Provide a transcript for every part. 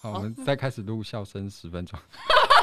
好，我们再开始录笑声十分钟。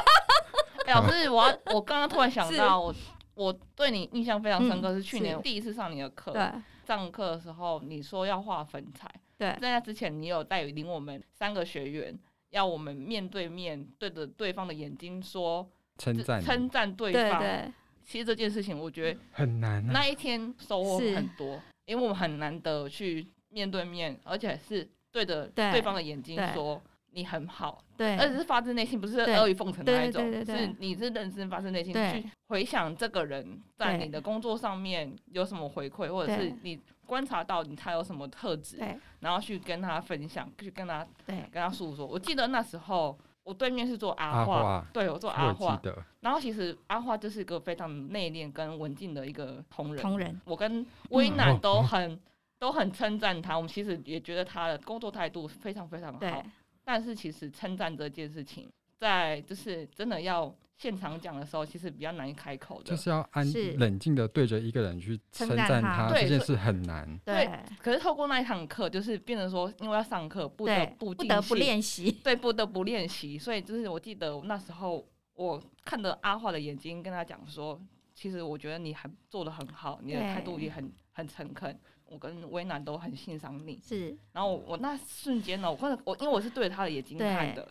哎、老师，我要我刚刚突然想是嗯到，我我对你印象非常深刻，是是去年第一次上你的课，对上课的时候你说要画粉彩，对在那之前你有带领我们三个学员，要我们面对面对着对方的眼睛说称赞你称赞对对方。对，其实这件事情，我觉得很难啊，那一天收获是很多，因为我们很难得去面对面，而且是对着对对方的眼睛对说你很好，对，而且是发自内心，不是对阿谀奉承的那一种，对对对对对是你是认真发自内心对去回想这个人在对你的工作上面有什么回馈，或者是对你观察到你他有什么特质，对然后去跟他分享，去跟他对跟他诉说。我记得那时候我对面是做阿阿化，化对我做阿我记化，得然后其实阿化就是一个非常内敛跟文静的一个同人，同人我跟威南哦都很。都很称赞他，我们其实也觉得他的工作态度非常非常好对。但是其实称赞这件事情，在就是真的要现场讲的时候，其实比较难以开口的。就是要安是冷静的对着一个人去称称赞赞他他，这对件事很难。对可是透过那一堂课，就是变成说，因为要上课，不得对，不不定得性，不练习，对，不得不练习。所以就是我记得我那时候，我看着阿华的眼睛，跟他讲说，其实我觉得你还做的很好，你的对态度也很很诚恳，我跟威南都很欣赏你。是然后我我那瞬间呢，我看着我，因为我是对着他的眼睛对看的，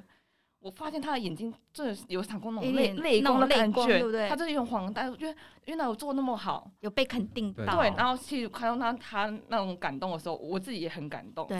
我发现他的眼睛真的是有闪过那种有泪点泪那种光的泪感觉，光对不对他就是一种恍惚，我觉得原来我做得那么好，有被肯定对到，对。然后其实看到他他那种感动的时候，我自己也很感动，对，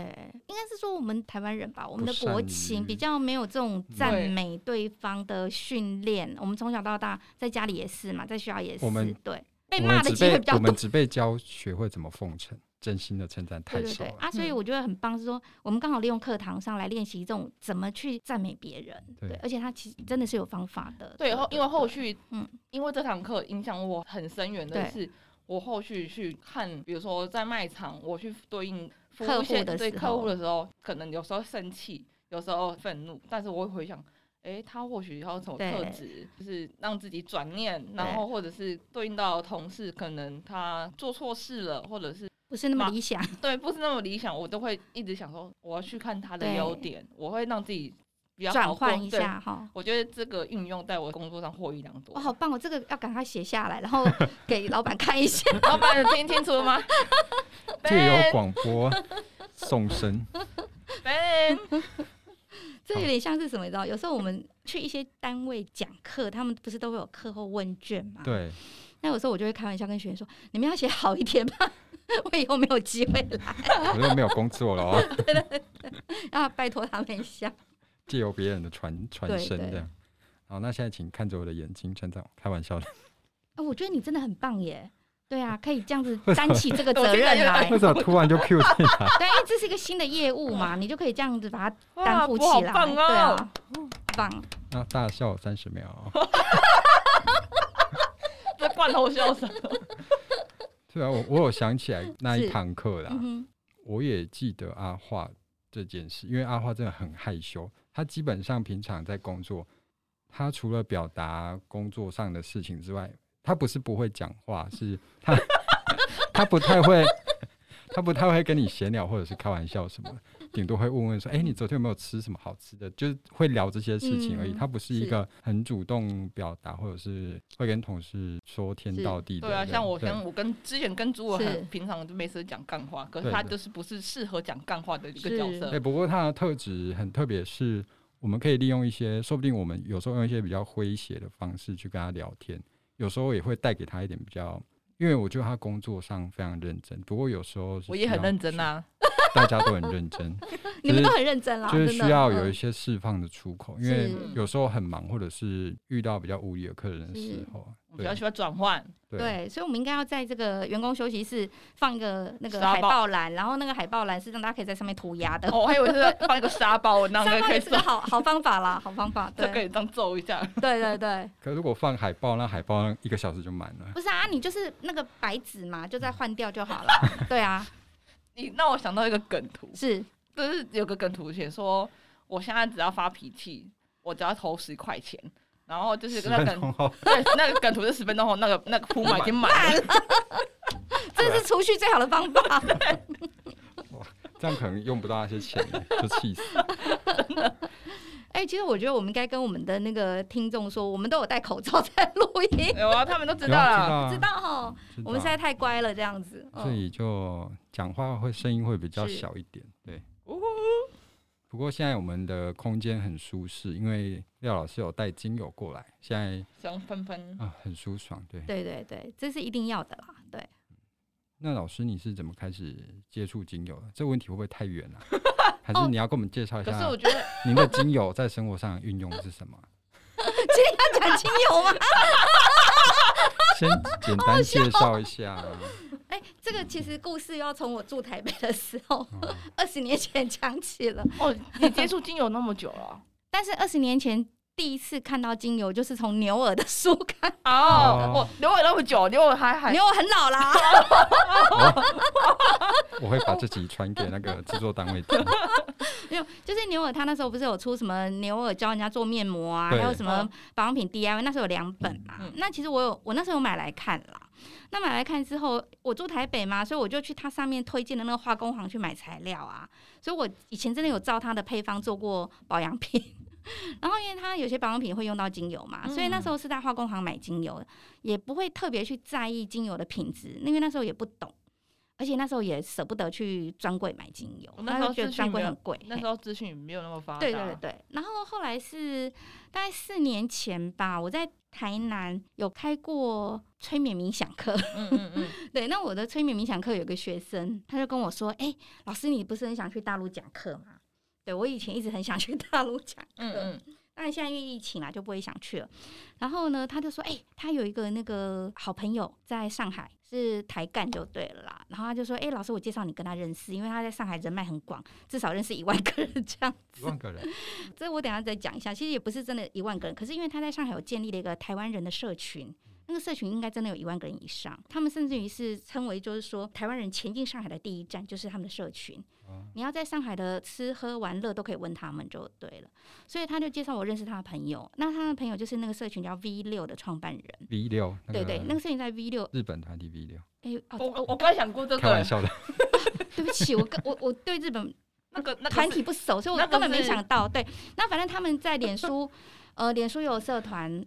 应该是说我们台湾人吧，我们的不善国情于比较没有这种赞对美对方的训练。我们从小到大在家里也是嘛，在学校也我们是，对，被我骂们的只机会被比较我多们。只被教学会怎么奉承，真心的称赞对太对少对了。啊，所以嗯我觉得很棒，是说我们刚好利用课堂上来练习这种怎么去赞美别人，对对，而且他其实真的是有方法的，对。后因为后对续，嗯因为这堂课影响我很深远的对是，我后续去看，比如说在卖场，我去对应服客务户线的对时客户候的时候，可能有时候生气，有时候愤怒，但是我会回想。诶，他或许要什么特对质，就是让自己转念，对然后或者是对应到同事，可能他做错事了，或者是不是那么嘛理想，对不是那么理想，我都会一直想说，我要去看他的对优点，我会让自己比较好转过换一对下哈。我觉得这个运用在我工作上获益良多。哇，好棒哦！这个要赶快写下来， 然后给老板看一下。老板听 清楚 了吗借由 ？Ben 广播送声， Ben，这好有点像是什么？你知道，有时候我们去一些单位讲课，他们不是都会有课后问卷嘛？。对，那有时候我就会开玩笑跟学员说：“你们要写好一点吧， 我以后没有机会来，我又没有工作了哦，让他拜托他们 一下。借由别人的传传对声对这样。好，那现在请看着我的眼睛称赞我，开玩 笑的。啊，我觉得你真的很棒耶！对啊，可以这 样子为什担么起这个我责现在就任来。为对，什么突然就 Q 进来？ 因为这是一个新的业务嘛，你就可以这样子把它 哇，担负我起好来。棒对哦！ 啊，棒！那大笑三十秒。哦这罐头 笑声，对啊，我我有想 起来那一是堂课啦，嗯啊哼，我也记得阿化这件事，因为阿化真的很害羞，他基本上平常在工作，他除了表达工作上的事情之外，他不是不会讲话，是 他他不太会，他不太会跟你闲聊或者是开玩笑什么的，顶多会问问说，哎、你昨天有没有吃什么好吃的？就是会聊这些事情而已，嗯他不是一是个很主动表达或者是会跟同事说天是道地的对人。啊，像我对跟我跟之前跟朱文是很平常就没事讲干话，可是对他对就是不是适合讲干话的一个角是哎、色。不过它的特质很特别，是我们可以利用一些，说不定我们有时候用一些比较诙谐的方式去跟他聊天，有时候也会带给他一点比较，因为我觉得他工作上非常认真，不过有时候是我也很需要认真啊，大家都很认 真，你们都很认真啦，就是真的需要有嗯一些释放的出口，因为是嗯有时候很忙，或者是遇到比较无理的客人的时是候，啊我比对较喜欢转换， 对对，所以我们应该要在这个员工休息室放一个那个沙海包报栏，然后那个海报栏是让大家可以在上面涂鸦的。哦我还以为是放一个沙包，那沙个包可也以是揍个，好好方法啦，好方法。这可对，以当揍一下。对对对，可如果放海报，那海报一个小时就满了。不是啊，你就是那个白纸嘛，就再换掉就好 了。对啊，你让我想到一个梗图，是就是有个梗图写说，我现在只要发脾气，我只要投十块钱，然后就是十那分梗钟后， 对，那个梗图是十分钟后，那个那个铺满已经满了， 这是储蓄最好的方法。 这样可能用不到那些钱，就气死。哎、其实我觉得我们该跟我们的那个听众说，我们都有戴口罩在录音，有啊，他们都知有道啊了。知道道哦。啊知道我们实在太乖了，这样子。嗯所以就讲话会声音会比较是小一点，对。呜不过现在我们的空间很舒适，因为廖老师有带精油过来，现在香喷喷。啊很舒爽，对。对对对，这是一定要的啦。对， 那老师你是怎么开始接触精油的？这问题会不会太远了、还哦是你要跟我们介绍一可是下我觉得，您的精油在生活上的运用是什么？要讲精油吗？先简单介绍一下啊。哎、这个其实故事要从我住台北的时候， 哦二十年前讲起了。哦，你接触精油那么久了，但是二十年前第一次看到精油，就是从牛耳的书看， 哦哦，我留我那么久，留我还还牛耳很老啊啦。我会把自己传给那个制作单位听。 没有，就是牛耳，他那时候不是有出什么牛耳教人家做面膜啊，还对有什么嗯保养品 DIY，那时候有两本嘛。嗯那其实我有，我那时候有买来看啦。那买来看之后，我住台北嘛，所以我就去他上面推荐的那个化工行去买材料啊。所以我以前真的有照他的配方做过保养品。 然后，因为他有些保养品会用到精油嘛，嗯所以那时候是在化工行买精油，也不会特别去在意精油的品质，因为那时候也不懂，而且那时候也舍不得去专柜买精油，我那时候就觉得资讯专柜没有很贵。 那时候资讯没有那么发达。对对对，然后后来是大概四年前吧，我在台南有开过催眠冥想课。 嗯嗯嗯，对，那我的催眠冥想课有个学生，他就跟我说：“哎、老师，你不是很想去大陆讲课吗？”对我以前一直很想去大陆讲课，嗯 嗯，当然现在因为疫情啦，就不会想去了。然后呢，他就说：“哎、他有一个那个好朋友在上海，是台干就对了啦。”然后他就说：“哎、老师，我介绍你跟他认识，因为他在上海人脉很广，至少认识一万个人这样。”一万个人，这我等一下再讲一下。其实也不是真的一万个人，可是因为他在上海有建立了一个台湾人的社群，那个社群应该真的有一万个人以上。他们甚至于是称为，就是说台湾人前进上海的第一站就是他们的社群。哦你要在上海的吃喝玩乐都可以问他们就对了。所以他就介绍我认识他的朋友，那他的朋友就是那个社群叫 V 六的创办人， V 六，对对，那个社群在 V 六。日本团体 V 六，哎呦，我哦，我我刚才想过这开个玩，笑的，对不起，我跟我我对日本那个那个团是体不熟，所以我那个根本没是想到。对，那反正他们在脸书，呃，脸书有社团。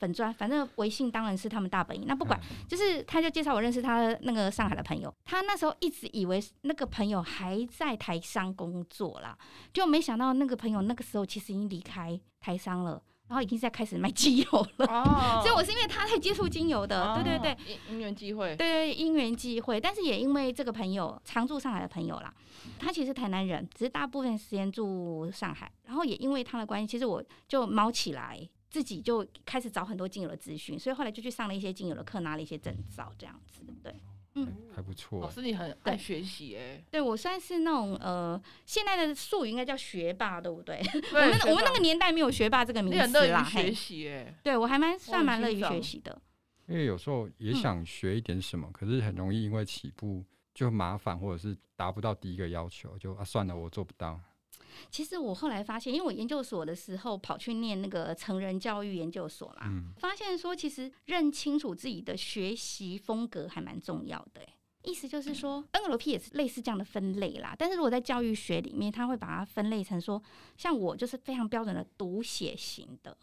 粉砖，反正微信当然是他们大本营。那不嗯管，就是他就介绍我认识他的那个上海的朋友。他那时候一直以为那个朋友还在台商工作啦，就没想到那个朋友那个时候其实已经离开台商了，然后已经在开始卖 精油了。 哦，所以我是因为他才接触精油的，哦对对对。，因因缘机会，对对，因缘际会，但是也因为这个朋友常住上海的朋友啦，他其实台南人，只是大部分时间住上海，然后也因为他的关系，其实我就猫起来，自己就开始找很多精油的资讯，所以后来就去上了一些精油的课，拿了一些证照，这样子。对，嗯还还不错欸老。师你很对爱学习哎，对我算是那种呃，现在的术语应该叫 学霸，对不对？我我们那我们那个年代没有学霸这个名你很词乐于啦，学嘿，习哎，对我还蛮算很蛮乐欣于学赏习的。因为有时候嗯也想学一点什么，可是很容易因为起步就麻烦，或者是达不到第一个要求，就啊算了，我做不到。其实我后来发现，因为我研究所的时候跑去念那个成人教育研究所嘛，嗯，发现说其实认清楚自己的学习风格还蛮重要的欸。意思就是说，NLP 也是类似这样的分类啦。但是如果在教育学里面，它会把它分类成说，像我就是非常标准的读写型的，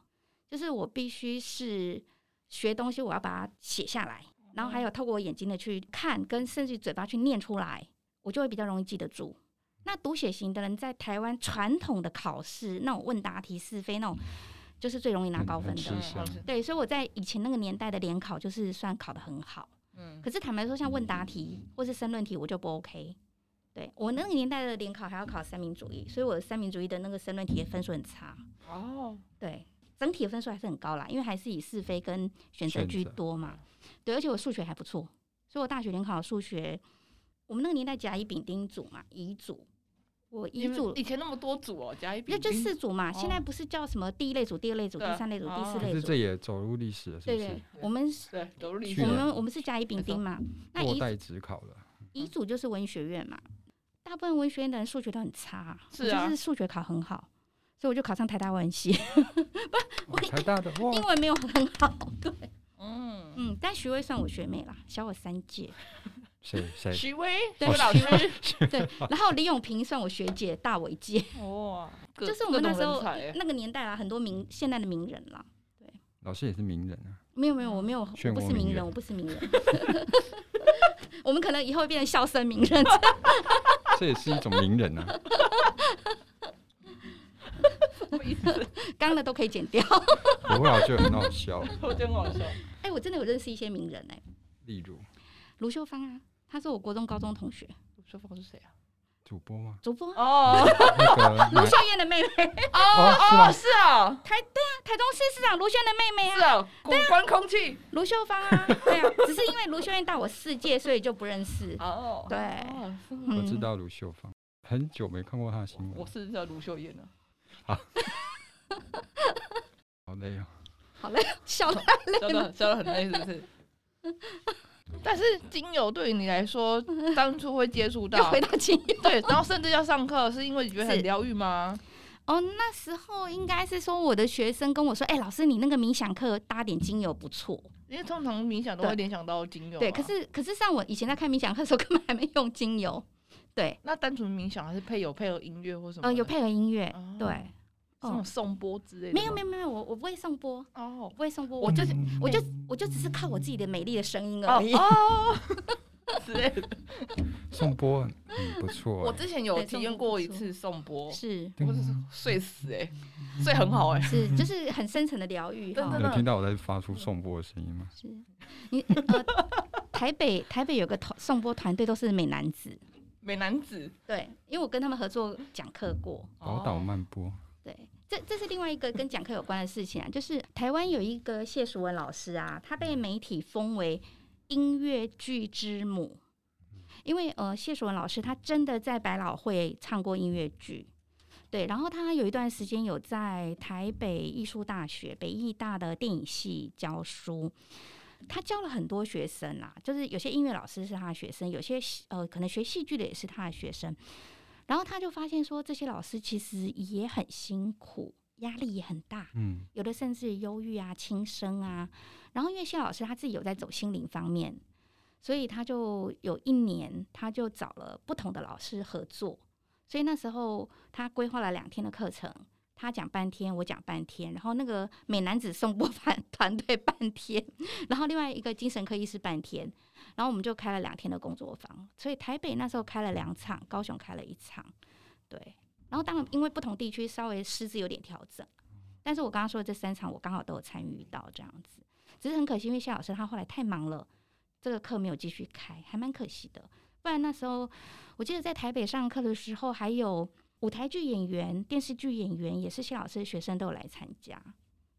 就是我必须是学东西，我要把它写下来，然后还有透过我眼睛的去看，跟甚至嘴巴去念出来，我就会比较容易记得住。那读写型的人在台湾传统的考试那种问答题、是非那种，就是最容易拿很高很分的吃。嗯香好吃对，所以我在以前那个年代的联考就是算考得很好，嗯，可是坦白说，像问答题或是申论题，我就不 OK。对我那个年代的联考还要考三民主义，所以我的三民主义的那个申论题的分数很差。哦，对，整体的分数还是很高啦，因为还是以是非跟选择选居择多嘛。对，而且我数学还不错，所以我大学联考的数学，我们那个年代甲乙丙丁组嘛，乙组，我你乙们组以前那么多组哦，甲乙就丙就丁四组嘛，现哦在不是叫什么第一类组、第二类组、第对啊三类组、第四哦可类是组这，也走入历史了，是对不对是？，对我们对，啊都是历去史我年们我们是甲乙丙没错丁嘛，那落乙袋只考 了，乙组就是文学院嘛，大部分文学院的人数学都很差，是我就啊是数学考很好，所以我就考上台大外文系，哦台大的哇英，文没有很好，对，嗯，嗯，但徐薇算我学妹啦，小我三届，谁谁徐威，徐对威老师，对，然后李永平算我学姐，大伟 姐，哇，各就是我们那时各候种人才耶那个年代啦，很多名现代的名人啦。老师也是名人啊，没有没有，我没有，我漩涡不是鸣名人人，我不是名人。 我们可能以后会变成笑声名人，这也是一种名人啊。什么意思？刚刚的都可以剪掉。不会啊，就很好笑。 我真好 笑。哎、我真的有认识一些名人哎、例如卢秀芳啊，她是我国中、高中同学，卢秀芳是谁啊？主播吗？主播 啊，哦那个卢哪秀燕的妹妹，哦是吗哦，是哦，台中市市长卢秀燕的妹妹是啊，哦，古关空气。卢秀芳 啊，对啊，只是因为卢秀燕大我四届，所以就不认识。哦，对哦是吗我嗯知道卢秀芳，很久没看过她的新我闻，是叫卢秀燕呢。好累哦。笑得笑得笑得很累，是不 是？但是精油对于你来说，当初会接触又到回到情绪 对，啊然后甚至要上课，是因为你觉得很是疗愈吗？哦，那时候应该是说我的学生跟我说，哎、老师你那个冥想课搭点精油不错，因为通常冥想都会对联想到精油嘛，啊对，可是可是像我以前在看冥想课的时候，根本还没用精油，对，那单纯冥想还是配有啊配合音乐或什么的？呃，有配合音乐，哦对，这种哦，颂钵之类的吗，没有没有没有，我我不会送播，哦我不会送播，我就是嗯我就我就只是靠我自己的美丽的声音哦而已。哦之类的。宋波，嗯，不错我欸。嗯之前有对体颂验钵过不一错次颂钵，是我就是睡死哎，睡很好哎，是，就是很深层的疗愈真哈的。有听到我在发出宋波的声音吗？是，你呃，台北台北有个团送播团队都是美男子，美男子哦对，因为我跟他们合作讲课过，宝岛慢波，对，这这是另外一个跟讲课有关的事情啊，就是台湾有一个谢淑文老师啊，他被媒体封为音乐剧之母，因为呃，谢淑文老师他真的在百老汇唱过音乐剧。对，然后他有一段时间有在台北艺术大学北艺大的电影系教书，他教了很多学生啦、就是有些音乐老师是他的学生，有些戏呃可能学戏剧的也是他的学生。然后他就发现说，这些老师其实也很辛苦，压力也很大，嗯，有的甚至忧郁啊、轻生啊。然后因为谢老师他自己有在走心灵方面，所以他就有一年他就找了不同的老师合作，所以那时候他规划了两天的课程。他讲半天，我讲半天，然后那个美男子送播团 团队半天，然后另外一个精神科医师半天，然后我们就开了两天的工作坊，所以台北那时候开了两场，高雄开了一场，对。然后当然因为不同地区稍微师资有点调整，但是我刚刚说的这三场我刚好都有参与到这样子，只是很可惜，因为谢老师他后来太忙了，这个课没有继续开，还蛮可惜的。不然那时候我记得在台北上课的时候，还有舞台剧演员、电视剧演员也是谢老师的学生都有来参加，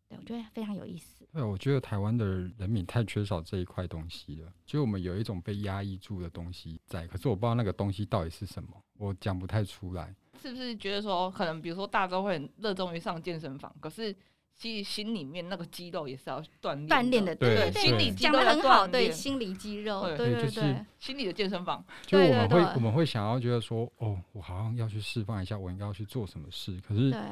对我觉得非常有意思。对，我觉得台湾的人民太缺少这一块东西了，就我们有一种被压抑住的东西在，可是我不知道那个东西到底是什么，我讲不太出来。是不是觉得说，哦可能比如说大周会很热衷于上健身房，可是其实心里面那个肌肉也是要锻炼锻炼的，对对对心理对肌讲肉的要很好，锻对炼，心理肌肉，对对对对就对，是心理的健身房，就对我们对会对我们会想要觉得说，哦，我好像要去释放一下，我应该要去做什么事，可是对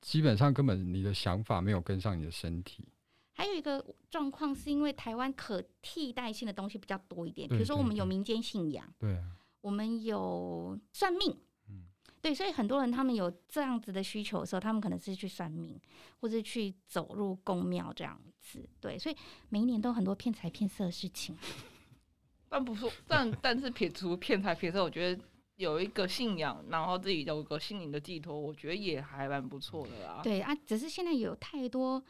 基本上根本你的想法没有跟上你的身体。还有一个状况是因为台湾可替代性的东西比较多一点，比对如说对我们有对民间信仰，对啊，我们有算命嗯，对，所以很多人他们有这样子的需求的时候，他们可能是去算命，或是去走入宫庙这样子，对，所以每一年都有很多骗财骗色的事情。但不说， 但但是撇除骗财撇色，我觉得有一个信仰，然后自己有个心灵的寄托，我觉得也还蛮不错的啦。对啊，只是现在有太多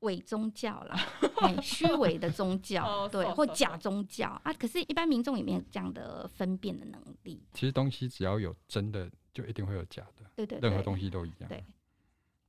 伪宗教啦，哎虚伪的宗教哦，对，是或是是假宗教啊。可是，一般民众也没有这样的分辨的能力，其实东西只要有真的，就一定会有假的，对对任何对。东西都一样。对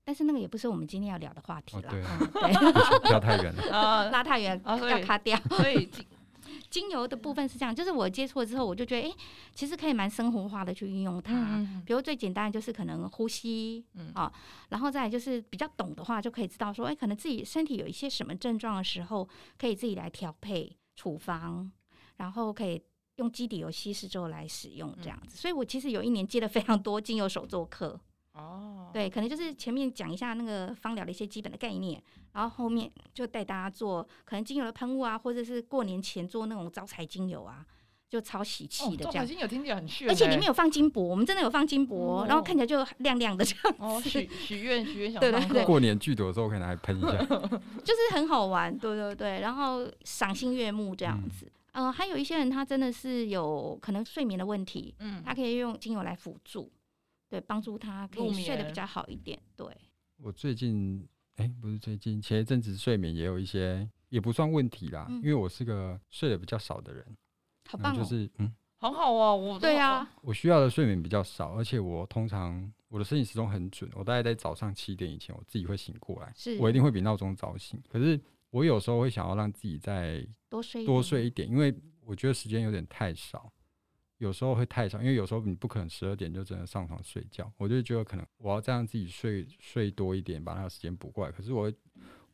但是那个也不是我们今天要聊的话题哦啦，对嗯对 不要太远了。啊，拉太远啊所要以卡掉。所以 精油的部分是这样，就是我接触了之后，我就觉得，哎、其实可以蛮生活化的去运用它。嗯，比如最简单的就是可能呼吸，嗯啊，然后再来就是比较懂的话，就可以知道说，哎、可能自己身体有一些什么症状的时候，可以自己来调配处方，然后可以用基底油稀释之后来使用这样子。嗯所以我其实有一年接了非常多精油手作课，哦，对，可能就是前面讲一下那个芳疗的一些基本的概念，然后后面就带大家做可能精油的喷雾啊，或者是过年前做那种招财精油啊，就超喜哦气，的综这合样。性有听起来很炫欸，而且里面有放金箔，我们真的有放金箔，然后哦看起来就亮亮的这 样，哦许许愿许愿想对对上对课过年聚赌的时候可能还喷一下，就是很好玩，对对对，然后赏心悦目这嗯样子。呃，还有一些人他真的是有可能睡眠的问题，嗯他可以用精油来辅助，对，帮助他可入以眠睡得比较好一点。对，我最近哎、不是最近，前一阵子睡眠也有一些也不算问题啦，嗯因为我是个睡得比较少的人，好然棒后哦！就是嗯，很好哦，我对啊，，我需要的睡眠比较少，而且我通常我的生理时钟很准，我大概在早上七点以前我自己会醒过来，是我一定会比闹钟早醒。可是我有时候会想要让自己再多睡一多点睡一点，因为我觉得时间有点太少，有时候会太少，因为有时候你不可能十二点就真的上床睡觉，我就觉得可能我要再让自己睡睡多一点，把那个时间补过来。可是我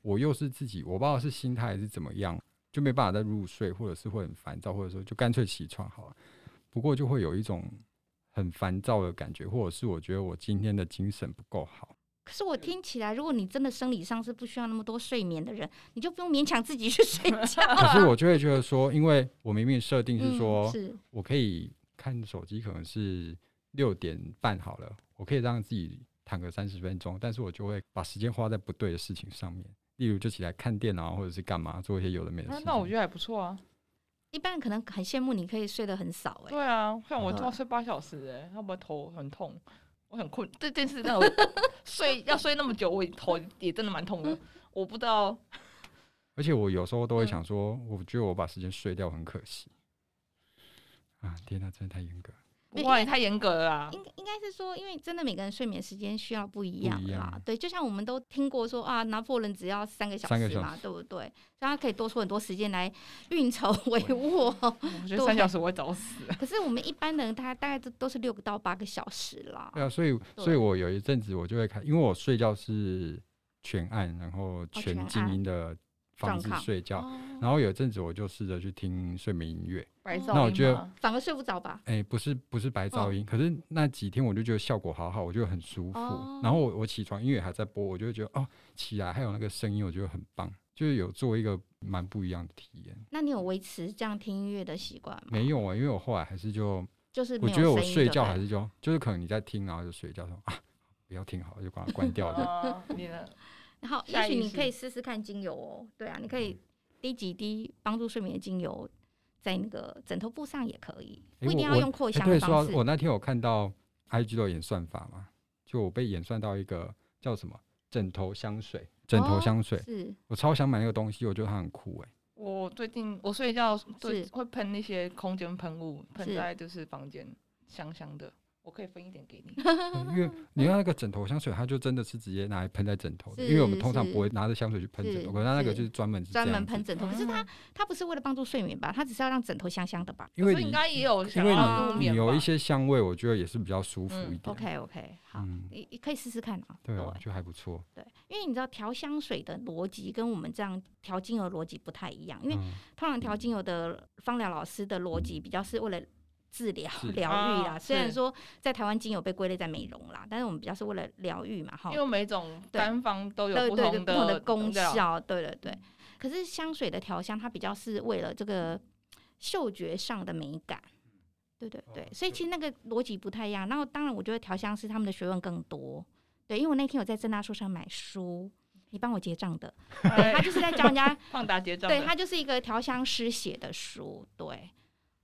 我又是自己，我不知道是心态还是怎么样，就没办法再入睡，或者是会很烦躁，或者说就干脆起床好了。不过就会有一种很烦躁的感觉，或者是我觉得我今天的精神不够好。可嗯是我听起来，如果你真的生理上是不需要那么多睡眠的人，你就不用勉强自己 去睡觉。可是我就会觉得说，因为我明明设定是说，嗯、是我可以看手机，可能是六点半好了，我可以让自己躺个三十分钟，但是我就会把时间花在不对的事情上面，例如就起来看电脑啊或者是干嘛，做一些有的没的事那情。那我觉得还不错啊，一般人可能很羡慕你可以睡得很少哎、对啊，像我对都要睡八小时哎，要不然头很痛，我很困，这件事让我睡要睡那么久，我头也真的蛮痛 的，我不知道，而且我有时候都会嗯想说，我觉得我把时间睡掉很可惜。啊，天哪，真的太严格了。没哇，也太严格了啦，应应该是说，因为真的每个人睡眠时间需要不一样啊不一啦样。对，就像我们都听过说啊，拿破仑只要三个小三个时小嘛，对不对？所以他可以多出很多时间来运筹帷幄。 我觉得对三小时我会早死，可是我们一般人他大概都都是六个到八个小时啦。对啊，所以对所以我有一阵子我就会看，因为我睡觉是全暗，然后全哦全静暗音的状方式况睡觉。哦然后有一阵子我就试着去听睡眠音乐， 白那噪我音觉得嘛反而睡不着吧？哎、不是不是白嗯噪音，可是那几天我就觉得效果好好，我就很舒服。哦然后我我起床音乐还在播，我就会觉得哦，起来还有那个声音，我觉得很棒，就是有做一个蛮不一样的体验。那你有维持这样听音乐的习惯吗？没，有啊，因为我后来还是就，就是没我有觉得我声音睡就觉对还了是就，就是可能你在听，然后就睡觉说啊，不要听好了，就把它关掉哦了。啊， 你呢？然后，也下许意你识可以试试看精油哦。对啊，你可嗯以滴几滴帮助睡眠的精油在那个枕头布上也可以，诶不一定我要我用扩哎香对，的说到方式。我那天有看到 IG 的演算法嘛，就我被演算到一个叫什么枕头香水，枕头哦香水，是我超想买那个东西，我觉得它很酷哎、我最近我睡觉对是会喷那些空间喷雾，喷是在就是房间香香的，我可以分一点给你。对嗯因为你看那个枕头香水，它就真的是直接拿来喷在枕头的，是因为我们通常是不会拿着香水去喷枕是头，可是它那个是就是专门是专这门样喷子，啊枕头，可是它它不是为了帮助睡眠吧？它只是要让枕头香香的吧因可为是应你该也有因想为要入你眠你吧有一些香味，我觉得也是比较舒服嗯一点。 ？OK OK，好，啊嗯，你你可以试试看啊。对啊，我觉得还不错。对，因为你知道调香水的逻辑跟我们这样调精油的逻辑不太一样，因为嗯，通常调精油的芳疗老师的逻辑比较是为了治疗是疗愈啦。啊虽然是说在台湾精油被归类在美容啦，但是我们比较是为了疗愈嘛，哈因，为每种对单方都有对不对对，同不同的的功对啊效，对对对。可是香水的调香，它比较是为了这个嗅觉上的美感。对对对哦，所以对其实那个逻辑不太一样。然后当然，我觉得调香师他们的学问更多。对，因为我那天有在正大书上买 书，你帮我结账的，对他哎就是在教人家胖达结账的，对，它就是一个调香师写的书，对，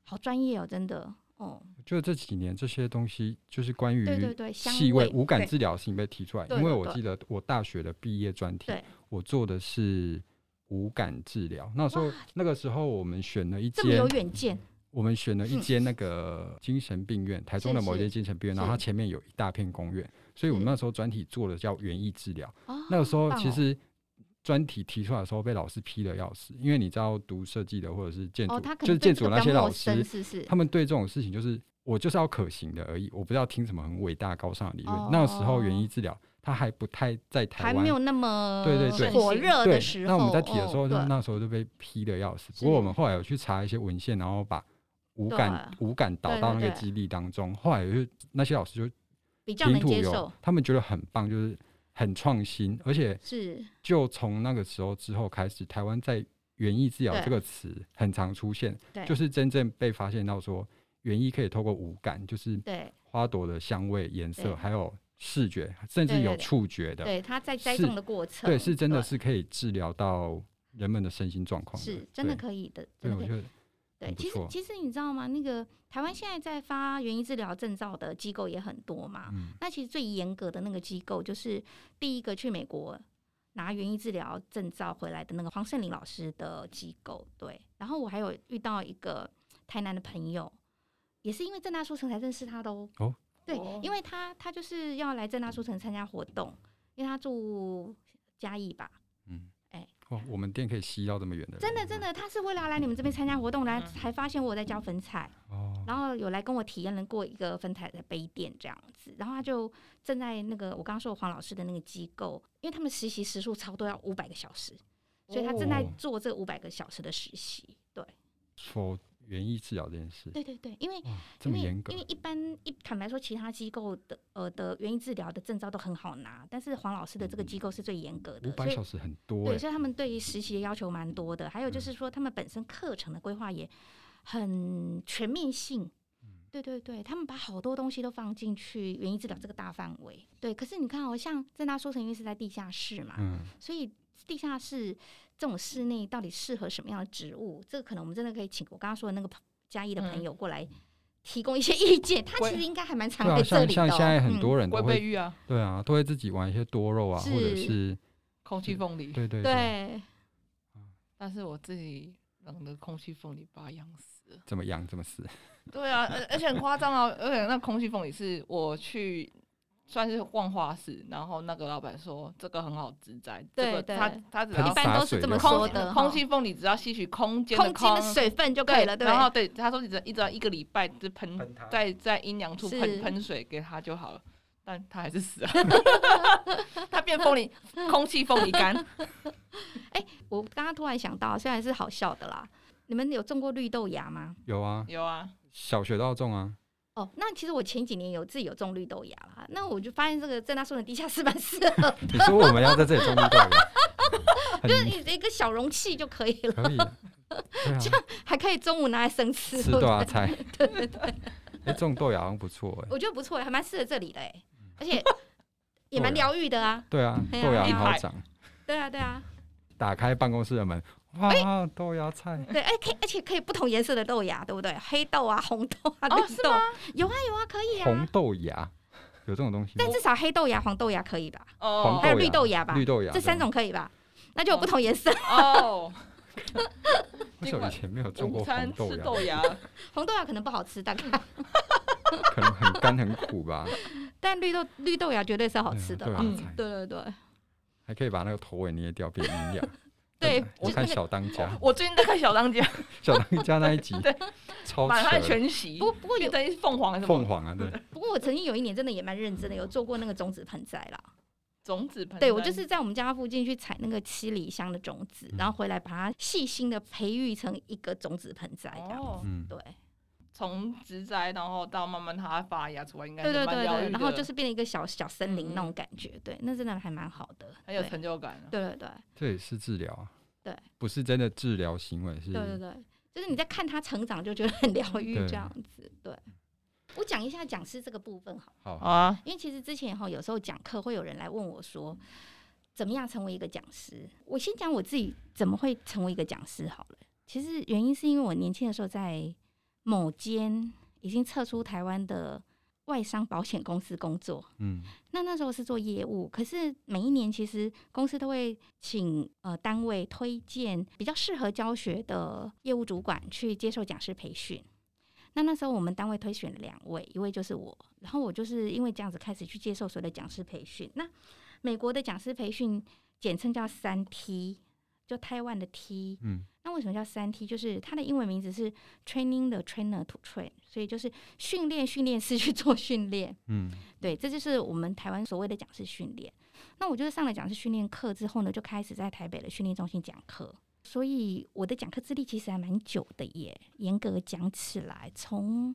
好专业哦，真的，哦、我觉得这几年这些东西就是关于对对对，香气味，无感对治疗的事情被提出来，对因为对我对记得我大学的毕业专题对，我做的是无感治疗。那时候那个时候我们选了一这么间有远见，我们选了一嗯间那个精神病院，台中的某一间精神病院，是然后它前面有一大片公园，所以我们是那时候专题做的叫园艺治疗。哦，那个时候棒其哦实专题提出来的时候被老师批的要死，因为你知道读设计的或者是建筑，哦，他就可是能建对这筑个比那较些老陌师生，，是是，他们对这种事情就是我就是要可行的而已，我不要听什么很伟大高尚的理论。哦那个时候园艺治疗它还不太在台还湾没有那么对对对火热对，的时候，那我们在提的时候，哦就对那时候就被批的要死。是不过我们后来有去查一些文献，然后把无感无感导到那个对对对基地当中。后来就那些老师比就较领能土接有受，，他们觉得很棒，就是很创新，而且是就从那个时候之后开始，台湾在园艺治疗对这个词很常出现，对，就是真正被发现到说，园艺可以透过五感，就是对花朵的香味、颜对色，还有视觉，甚至对有对触觉的，对，它在栽是种的过程，对，是真的对是可以治疗到人们的身心状况的，是真的对可以的，对，真的我可以觉得对，很不其实错其实你知道吗？那个台湾现在在发园艺治疗证照的机构也很多嘛。嗯那其实最严格的那个机构，就是第一个去美国拿园艺治疗证照回来的那个黄胜林老师的机构。对，然后我还有遇到一个台南的朋友，也是因为正大书城才认识他的哦。哦对哦，因为他他就是要来正大书城参加活动，因为他住嘉义吧，嗯，哎哇，我们店可以吸到这么远的人，真的真的，他是为了要来你们这边参加活动，来嗯才发现我在教粉彩。哦，然后有来跟我体验了过一个分台的杯垫这样子，然后他就正在那个我刚刚说的黄老师的那个机构，因为他们实习时数超多要五百个小时，所以他正在哦做这五百个小时的实习。对否园艺治疗这件事，对对对，因为哇，这因么为严格因为，一般一坦白说，其他机构的呃的园艺治疗的证照都很好拿，但是黄老师的这个机构是最严格的，五所百以小时很多对，哎，所以他们对于实习的要求蛮多的，还嗯有就是说他们本身课程的规划也很全面性。嗯对对对，他们把好多东西都放进去园艺治疗这个大范围。对，可是你看哦，像正大书城因为是在地下室嘛，嗯，所以地下室这种室内到底适合什么样的植物？这个可能我们真的可以请我刚刚说的那个朋嘉义的朋嗯友过来提供一些意见。他喂其实应该还蛮常对啊，在这像里的、像哦。现在很嗯多人龟都背会，玉啊，对啊，都会自己玩一些多肉啊，或者是是空气凤梨，嗯对对对，对但是我自己养的空气凤梨把它养死了。怎么养怎么死，对啊，而而且很夸张哦，而且那空气凤梨是我去。算是逛花市，然后那个老板说这个很好植栽，这个对对他他只要一般都是这么洒水说空就好的哈，空气凤梨只要吸取空间空空间的水分就可对以了，对。然后对他说你只要一直要一个礼拜就喷，它在在阴凉处是喷喷水给他就好了，但他还是死 啊，他变凤梨空气凤梨干，我刚刚突然想到，虽然是好笑的啦，你们有种过绿豆芽吗？有啊，有啊，小学都要种 啊，哦，那其实我前几年有自己有种绿豆芽啦，那我就发现这个正大树的地下室蛮适合，你说我们要在这里种绿豆芽， 就是很你一个小容器就可以了， 可以，对啊，还可以中午拿来生吃，吃对不豆对芽菜，对对对，哎，种豆芽好像不错哎，我觉得不错，还蛮适合这里的哎，嗯 而且也蛮豆芽疗愈的啊，对啊，哎呀豆芽很哎好呀长，对啊对啊，打开办公室的门，哎哇，豆芽菜，对，哎可以而且可以不同颜色的豆芽，对不对？黑豆啊、红豆啊、绿是豆吗，有啊有啊，可以哦红啊，豆芽有这种东西吗但？至少黑豆芽、黄豆芽可以吧？黄哦还有豆绿芽豆芽吧啊绿豆芽这三对种可以吧？那就有不同颜色。哦，我小以前没有种午过餐红豆吃芽，豆芽， 红豆芽可能不好吃，大概，嗯可能很干很苦吧， 但绿豆绿豆芽绝对 是好吃的对啊啦。豆芽嗯菜。对对对还可以把那个头尾捏掉变营养。对真的，就我是那看个。哦小当家，我最近在看小当家，小当家那一 集对，超满汉扯的全席不，过不过变有成凤凰还是什凤么凰啊，对，不过我曾经有一年真的也蛮认嗯真的，有做过那个种子盆栽啦。种子盆栽，哦对我就是在我们家附近去采那个七里香的种子，嗯然后回来把它细心的培育成一个种子盆栽这样。哦，嗯，对从植栽然后到慢慢它发芽出来，应该对是对蛮对疗愈对，的，然后就是变成一个小小森林嗯那种感觉，对，那真的还蛮好的。很有对成就感啊，对对对这也是治疗啊，对，不是真的治疗行为，对对是对，就是你在看它成长就觉得很疗愈对这样子。对，我讲一下讲师这个部分好了好好，啊，因为其实之前哈，有时候讲课会有人来问我说，怎么样成为一个讲师？我先讲我自己怎么会成为一个讲师好了。其实原因是因为我年轻的时候在某间已经撤出台湾的外商保险公司工作，嗯，那那时候是做业务，可是每一年其实公司都会请呃单位推荐比较适合教学的业务主管去接受讲师培训。那那时候我们单位推选两位，一位就是我，然后我就是因为这样子开始去接受所谓的讲师培训。那美国的讲师培训简称叫三 T，就台湾的 T，嗯，那为什么叫三 T？就是它的英文名字是 Training the Trainer to Train，所以就是训练训练师去做训练。嗯，对，这就是我们台湾所谓的讲师训练。那我就是上了讲师训练课之后呢，就开始在台北的训练中心讲课，所以我的讲课资历其实还蛮久的耶。严格讲起来，从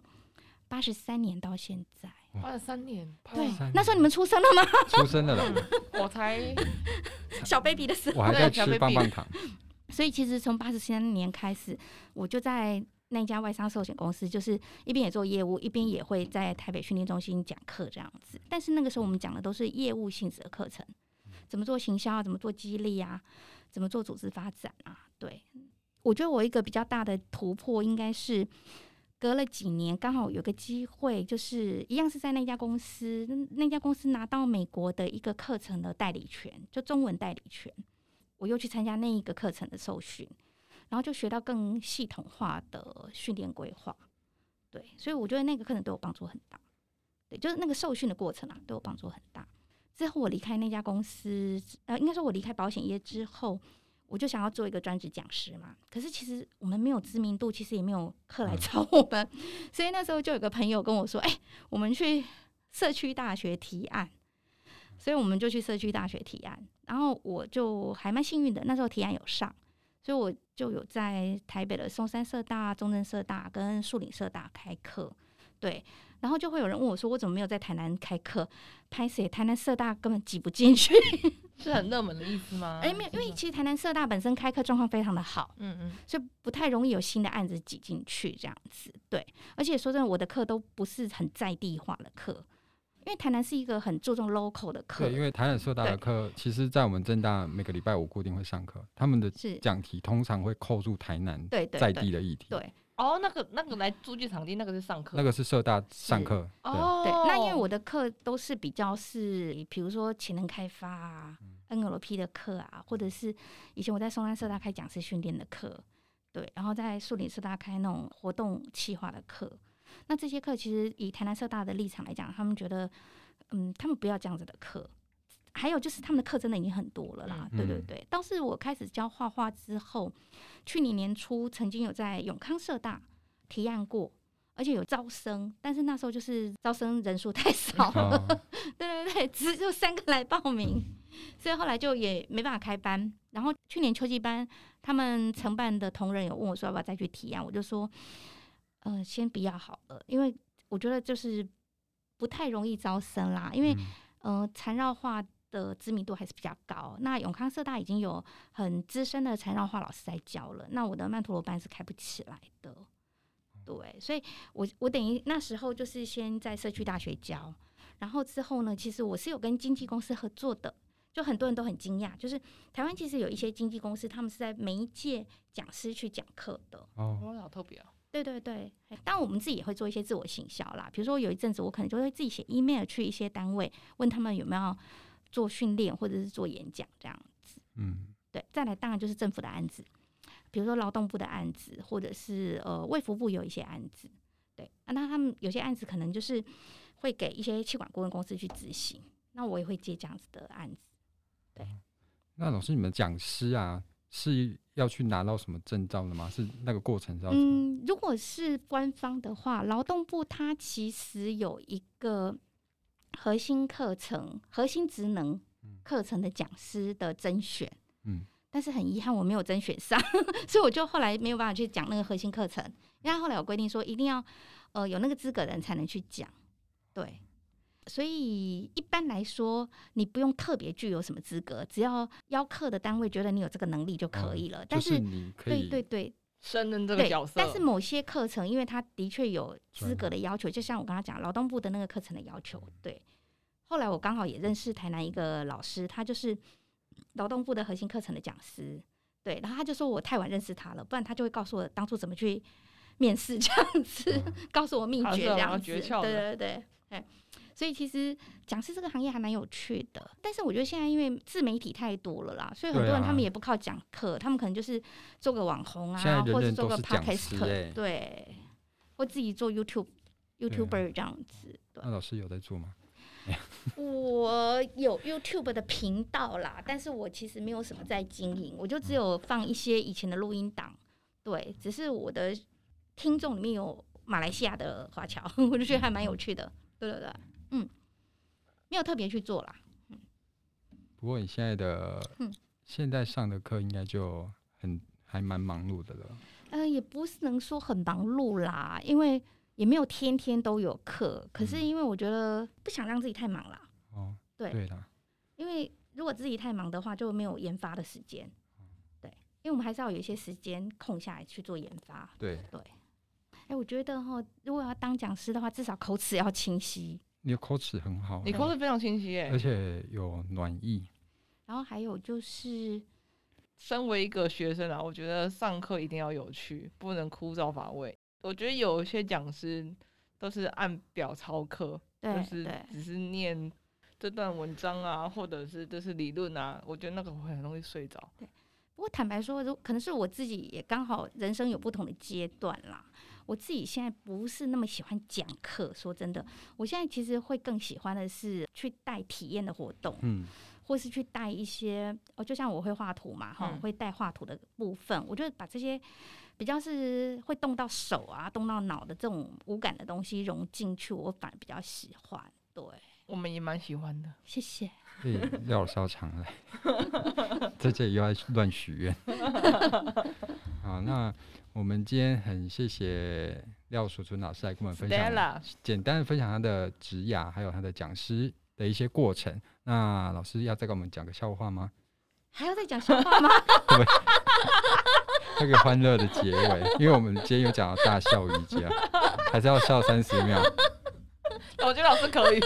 八十三年到现在，花了三年，对三，那时候你们出生了吗？嗯 出生了啦， 我才小 baby 的时候，我还在对小吃棒 baby 棒糖，所以其实从八十三年开始，我就在那一家外商寿险公司，就是一边也做业务，一边也会在台北训练中心讲课这样子。但是那个时候我们讲的都是业务性质的课程，怎么做行销啊，怎么做激励啊，怎么做组织发展啊。对，我觉得我一个比较大的突破应该是。隔了几年，刚好有个机会，就是一样是在那家公司，那家公司拿到美国的一个课程的代理权，就中文代理权。我又去参加那一个课程的受训，然后就学到更系统化的训练规划。对，所以我觉得那个课程对我帮助很大。对，就是那个受训的过程啊，对我帮助很大。之后我离开那家公司，呃，应该说我离开保险业之后，我就想要做一个专职讲师嘛。可是其实我们没有知名度，其实也没有课来找我们， 所以那时候就有个朋友跟我说：“哎、我们去社区大学提案。”所以我们就去社区大学提案，然后我就还蛮幸运的，那时候提案有上，所以我就有在台北的松山社大、中正社大跟树林社大开课，对，然后就会有人问我说，我怎么没有在台南开课？拍谁？台南社大根本挤不进去，是很热门的意思吗？嗯哎、没有，因为其实台南社大本身开课状况非常的好，嗯嗯，所以不太容易有新的案子挤进去这样子。对，而且说真的，我的课都不是很在地化的课，因为台南是一个很注重 local 的课对，，因为台南社大的对课，其实在我们正大每个礼拜五固定会上课，他们的是，讲题通常会扣住台南对对在对地的议题。对。哦，那个那个来租借场地那个是上课，那个是社大上是课，对，哦，对，那因为我的课都是比较是，比如说潜能开发啊、NLP 嗯的课啊，或者是以前我在松山嗯社大开讲师训练的课，对，然后在树林社大开那种活动企划的课。那这些课其实以台南社大的立场来讲，他们觉得，嗯，他们不要这样子的课。还有就是他们的课真的已经很多了啦，嗯对对嗯对。倒是我开始教画画之后，去年年初曾经有在永康社大提案过，而且有招生，但是那时候就是招生人数太少 了，哦对对对，只就三个来报名，所以后来就也没办法开班。然后去年秋季班，他们承办的同仁有问我说要不要再去提案，我就说，呃，先不要好了，因为我觉得就是不太容易招生啦，因为嗯呃，缠绕画的知名度还是比较高。那永康社大已经有很资深的缠绕画老师在教了，那我的曼陀罗班是开不起来的。对，所以我我等于那时候就是先在社区大学教，然后之后呢，其实我是有跟经纪公司合作的。就很多人都很惊讶，就是台湾其实有一些经纪公司，他们是在每一届讲师去讲课的，哦，哦好特别哦，对对对，当然我们自己也会做一些自我行销啦。比如说有一阵子，我可能就会自己写 email 去一些单位，问他们有没有做训练或者是做演讲这样。嗯，对，再来当然就是政府的案子，比如说劳动部的案子，或者是呃卫福部有一些案子。对，啊那他们有些案子可能就是会给一些气管顾问公司去执行，那我也会接这样子的案子。那老师，你们讲师啊，是要去拿到什么证照的吗？是那个过程是要怎么？嗯，如果是官方的话，劳动部它其实有一个核心课程、核心职能课程的讲师的甄选，嗯，但是很遗憾我没有甄选上， 所以我就后来没有办法去讲那个核心课程，因为它后来有规定说一定要呃有那个资格的人才能去讲，对。所以一般来说，你不用特别具有什么资格，只要邀课的单位觉得你有这个能力就可以哦了。就但是你可对以对对，胜任这对，个角色，但是某些课程，因为它的确有专资格的要求，就像我刚刚讲劳动部的那个课程的要嗯求，对。后来我刚好也认识台南一个老师，他就是劳动部的核心课程的讲师，对。然后他就说我太晚认识他了，不然他就会告诉我当初怎么去面试这样嗯子，嗯告诉我秘好像诀是有这样啊要子。诀对窍的对对，哎，所以其实讲师这个行业还蛮有趣的，但是我觉得现在因为自媒体太多了啦，所以很对多人啊他们也不靠讲课，他们可能就是做个网红啊，现在人或者人做都个是讲师 podcast，、欸啊对，或自己做 YouTube。YouTuber 这样子，对那老师有在做吗？我有 YouTube 的频道啦，但是我其实没有什么在经营，我就只有放一些以前的录音档，对，只是我的听众里面有马来西亚的华侨，我就觉得还蛮有趣的，对对对，嗯，没有特别去做啦，不过你现在的嗯现在上的课应该就很还蛮忙碌的了。呃，也不是能说很忙碌啦，因为也没有天天都有课。可是嗯因为我觉得不想让自己太忙啦，哦，对对啦，嗯因为如果自己太忙的话，就没有研发的时间。因为我们还是要有一些时间空下来去做研发。对，哎、我觉得哈，如果要当讲师的话，至少口齿要清晰，你的口齿很好，你口齿非常清晰而耶。且有暖意，然后还有就是身为一个学生啊，我觉得上课一定要有趣，不能枯燥乏味。我觉得有一些讲师都是按表操课，对就是对只是念这段文章啊，或者是这是理论啊，我觉得那个会很容易睡着。不过坦白说，如可能是我自己也刚好人生有不同的阶段啦。我自己现在不是那么喜欢讲课，说真的，我现在其实会更喜欢的是去带体验的活动，嗯，或是去带一些哦，就像我会画图嘛，哈、嗯会带画图的部分，我就把这些比较是会动到手啊、动到脑的这种无感的东西融进去，我反而比较喜欢。对，我们也蛮喜欢的。谢谢。所以廖老师要常来， 在这里又在乱许愿。好，那我们今天很谢谢廖淑纯老师来跟我们分享 Stella，简单的分享他的职涯，还有他的讲师的一些过程。那老师要再给我们讲个笑话吗？还要再讲笑话吗？ 这个欢乐的结 尾，因为我们今天有讲到大笑瑜伽，还是要笑三十秒。哦我觉得老师可以，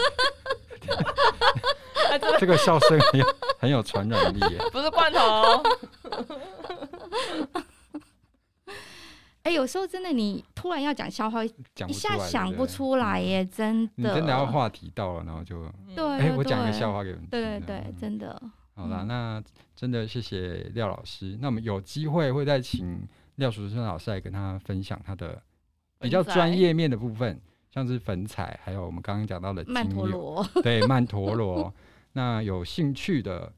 哎，真的这个笑声很有很有传染力耶。不是罐头哦，哎、有时候真的你突然要讲笑话，讲一不出来下对不想对不嗯出来耶，真你的。真的要话题到了，然后就嗯 对，哎、我讲个笑话。话给你们听。对对这样嗯对，真的。好啦，嗯那真的谢谢廖老师。那我们有机会会再请廖淑生老师来跟他分享他的比较粉彩专业面的部分，像是粉彩，还有我们刚刚讲到的曼精陀油罗， 对，曼陀罗。那有兴趣的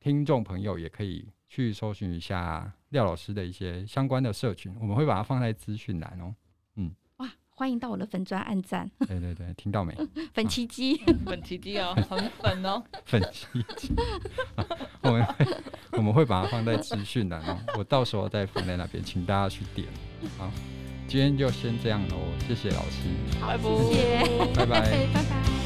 听众朋友也可以去搜寻一下廖老师的一些相关的社群，我们会把它放在资讯栏哦。哇，欢迎到我的粉砖按赞，对对对，听到没？粉奇迹。粉奇迹哦，很粉哦，粉丝一起， 我们会我们会把它放在资讯栏哦，我到时候再放在那边，请大家去点。好，今天就先这样喽，谢谢老师，拜拜。谢谢， 拜拜。拜拜。